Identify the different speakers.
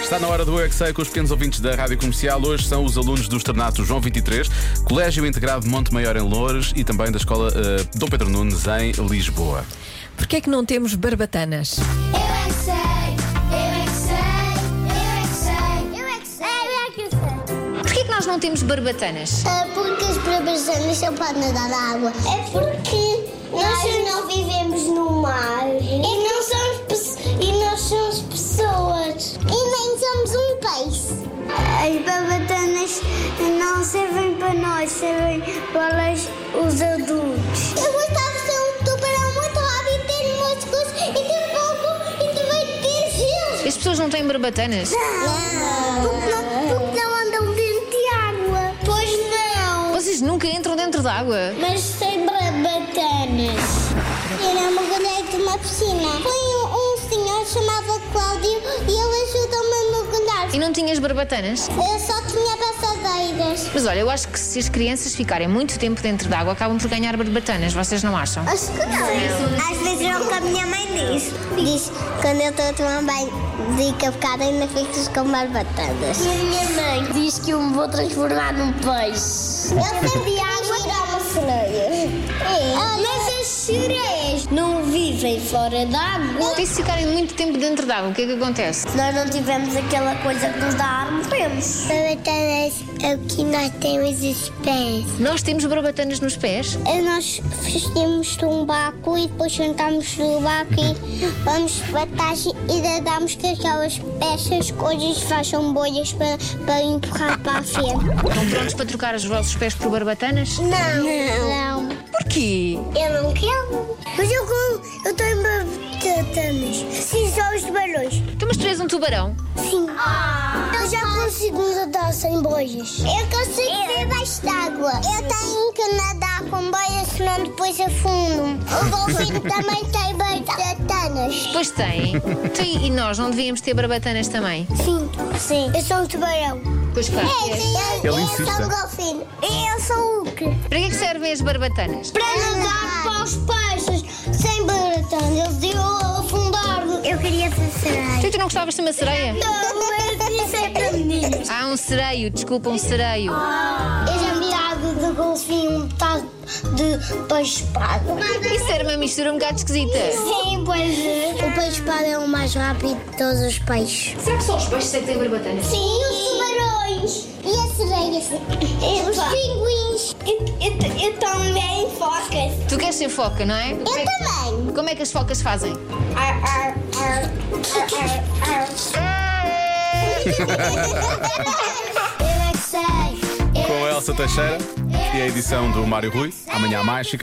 Speaker 1: Está na hora do Eu é Que Sei com os pequenos ouvintes da Rádio Comercial. Hoje são os alunos do Externato João 23, Colégio Integrado de Monte Maior em Loures e também da Escola eh, Dom Pedro Nunes em Lisboa.
Speaker 2: Porquê é que não temos barbatanas?
Speaker 3: Eu é que sei, eu é que sei, eu é que sei, eu é que sei, eu é que sei, É
Speaker 4: Porquê que nós não temos barbatanas?
Speaker 3: porque as barbatanas só podem nadar na água. É porque nós, não vivemos no mar. E não somos, pes- e nós somos pessoas. E nem somos um peixe. As barbatanas não servem para nós, servem para os adultos. Eu gostava de ser um tubarão muito rápido, ter músculos e ter fogo e também ter gelo.
Speaker 4: As pessoas não têm barbatanas?
Speaker 3: Porque não, porque não andam dentro de água. Pois não.
Speaker 4: Vocês nunca entram dentro da água?
Speaker 3: Mas sem barbatanas. Eu mergulhei de uma piscina. Foi um, um senhor chamava Cláudio e ele ajudou-me a mergulhar.
Speaker 4: E não tinhas barbatanas?
Speaker 3: Eu só tinha passadeiras.
Speaker 4: Mas olha, eu acho que se as crianças ficarem muito tempo dentro da água, acabam por ganhar barbatanas, vocês não acham?
Speaker 3: Acho que não. Às vezes é o que a minha mãe diz. Diz, quando eu estou a tomar um banho de cavocada ainda ficas com barbatanas. E a minha mãe diz que eu me vou transformar num peixe. Eu sei de água e uma sereia. É, Mas as sereias não vivem fora d'água.
Speaker 4: E se ficarem muito tempo dentro da água, o que é que acontece?
Speaker 3: Se nós não tivermos aquela coisa que nos dá ar, morremos. Barbatanas é o que nós temos os pés.
Speaker 4: Nós temos barbatanas nos pés?
Speaker 3: Nós vestimos um barco e depois sentamos no barco e vamos para trás e dadamos que aquelas peças coisas façam bolhas para, para empurrar para a frente.
Speaker 4: Estão prontos para trocar os vossos pés por barbatanas?
Speaker 3: Não. Não.
Speaker 2: Porquê?
Speaker 3: Eu não quero. Mas eu com. Eu tenho batatas. Sim, só os balões.
Speaker 4: Então, mas tu és um tubarão?
Speaker 3: Sim. Eu já consigo nadar sem boias. Ah. Eu consigo ver baixo d'água. Eu tenho que nadar com boias, senão depois afundo. O golfinho também tem batatas.
Speaker 4: Pois tem. Então, e e nós não devíamos ter barbatanas também?
Speaker 3: Sim. Sim. Eu sou um tubarão.
Speaker 4: Pois claro. que é.
Speaker 3: Eu,
Speaker 1: Ele insiste.
Speaker 3: sou um golfinho. Eu sou o quê?
Speaker 4: Para que é que servem as barbatanas?
Speaker 3: Para nadar para os peixes sem batatas. Eu afundar. Eu queria ser
Speaker 4: Tu,
Speaker 3: sereia.
Speaker 4: Então, tu não gostavas de uma sereia?
Speaker 3: Não, mas isso é para meninos.
Speaker 4: Ah, um sereio, desculpa, um sereio.
Speaker 3: Eu já metade de golfinho, metade de peixe espada.
Speaker 4: Isso
Speaker 3: é
Speaker 4: era uma mistura um bocado esquisita.
Speaker 3: Sim, pois é. O peixe espada é o mais rápido de todos os peixes.
Speaker 4: Será que só os peixes é que têm barbatanas?
Speaker 3: Sim, e os tubarões. E as sereias. Os pinguins. Eu, também focas.
Speaker 4: Tu queres ser foca, não é?
Speaker 3: Eu
Speaker 4: Como é,
Speaker 3: também.
Speaker 4: como é que as focas fazem?
Speaker 3: Ar, ar, ar, ar, ar. Eu é que sei.
Speaker 1: Com a Elsa Teixeira e a edição do Mário Rui. Amanhã há mais.